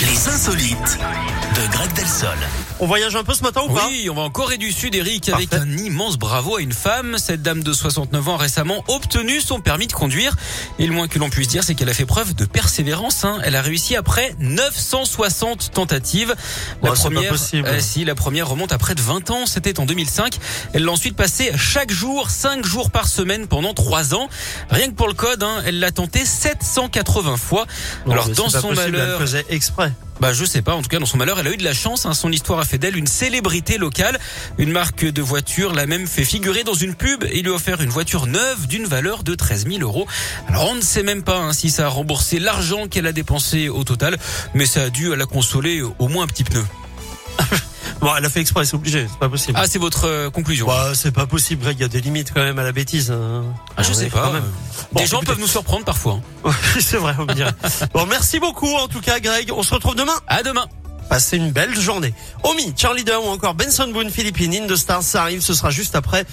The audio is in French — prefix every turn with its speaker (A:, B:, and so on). A: Les insolites de Greg Delsol.
B: On voyage un peu ce matin ou pas
C: Oui, on va en Corée du Sud, Eric, avec
B: Parfait.
C: un immense bravo à une femme. Cette dame de 69 ans a récemment obtenu son permis de conduire. Et le moins que l'on puisse dire, c'est qu'elle a fait preuve de persévérance. hein. Elle a réussi après 960 tentatives.
B: Oh, c'est pas possible.
C: euh, si, la première remonte à près de 20 ans. C'était en 2005. Elle l'a ensuite passée chaque jour, 5 jours par semaine pendant 3 ans. Rien que pour le code, hein, elle l'a tenté 780 fois.
B: Non,
C: Alors,
B: mais
C: dans
B: c'est pas
C: son
B: possible, Elle
C: malheur,
B: le faisait exprès.
C: bah je sais pas, en tout cas dans son malheur, elle a eu de la chance, hein. son histoire a fait d'elle une célébrité locale, une marque de voiture l'a même fait figurer dans une pub et lui a offert une voiture neuve d'une valeur de 13 000 euros. Alors on ne sait même pas hein, si ça a remboursé l'argent qu'elle a dépensé au total, mais ça a dû la consoler au moins un petit pneu.
B: Bon, elle a fait exprès, c'est obligé, c'est pas possible.
C: Ah c'est votre euh, conclusion
B: Bah, c'est pas possible, Greg, il y a des limites quand même à la bêtise. hein.
C: Ah, Je
B: Ouais,
C: sais
B: quand
C: pas.
B: même.
C: euh,
B: Bon,
C: Des gens
B: écoutez-
C: peuvent nous surprendre parfois. hein.
B: Ouais, c'est vrai, on me dirait. bon, merci beaucoup en tout cas, Greg. On se retrouve demain.
C: À demain.
B: Passez une belle journée. Omi, Charlie Dunn ou encore Benson Boone, Philippine, In the Stars, ça arrive, ce sera juste après.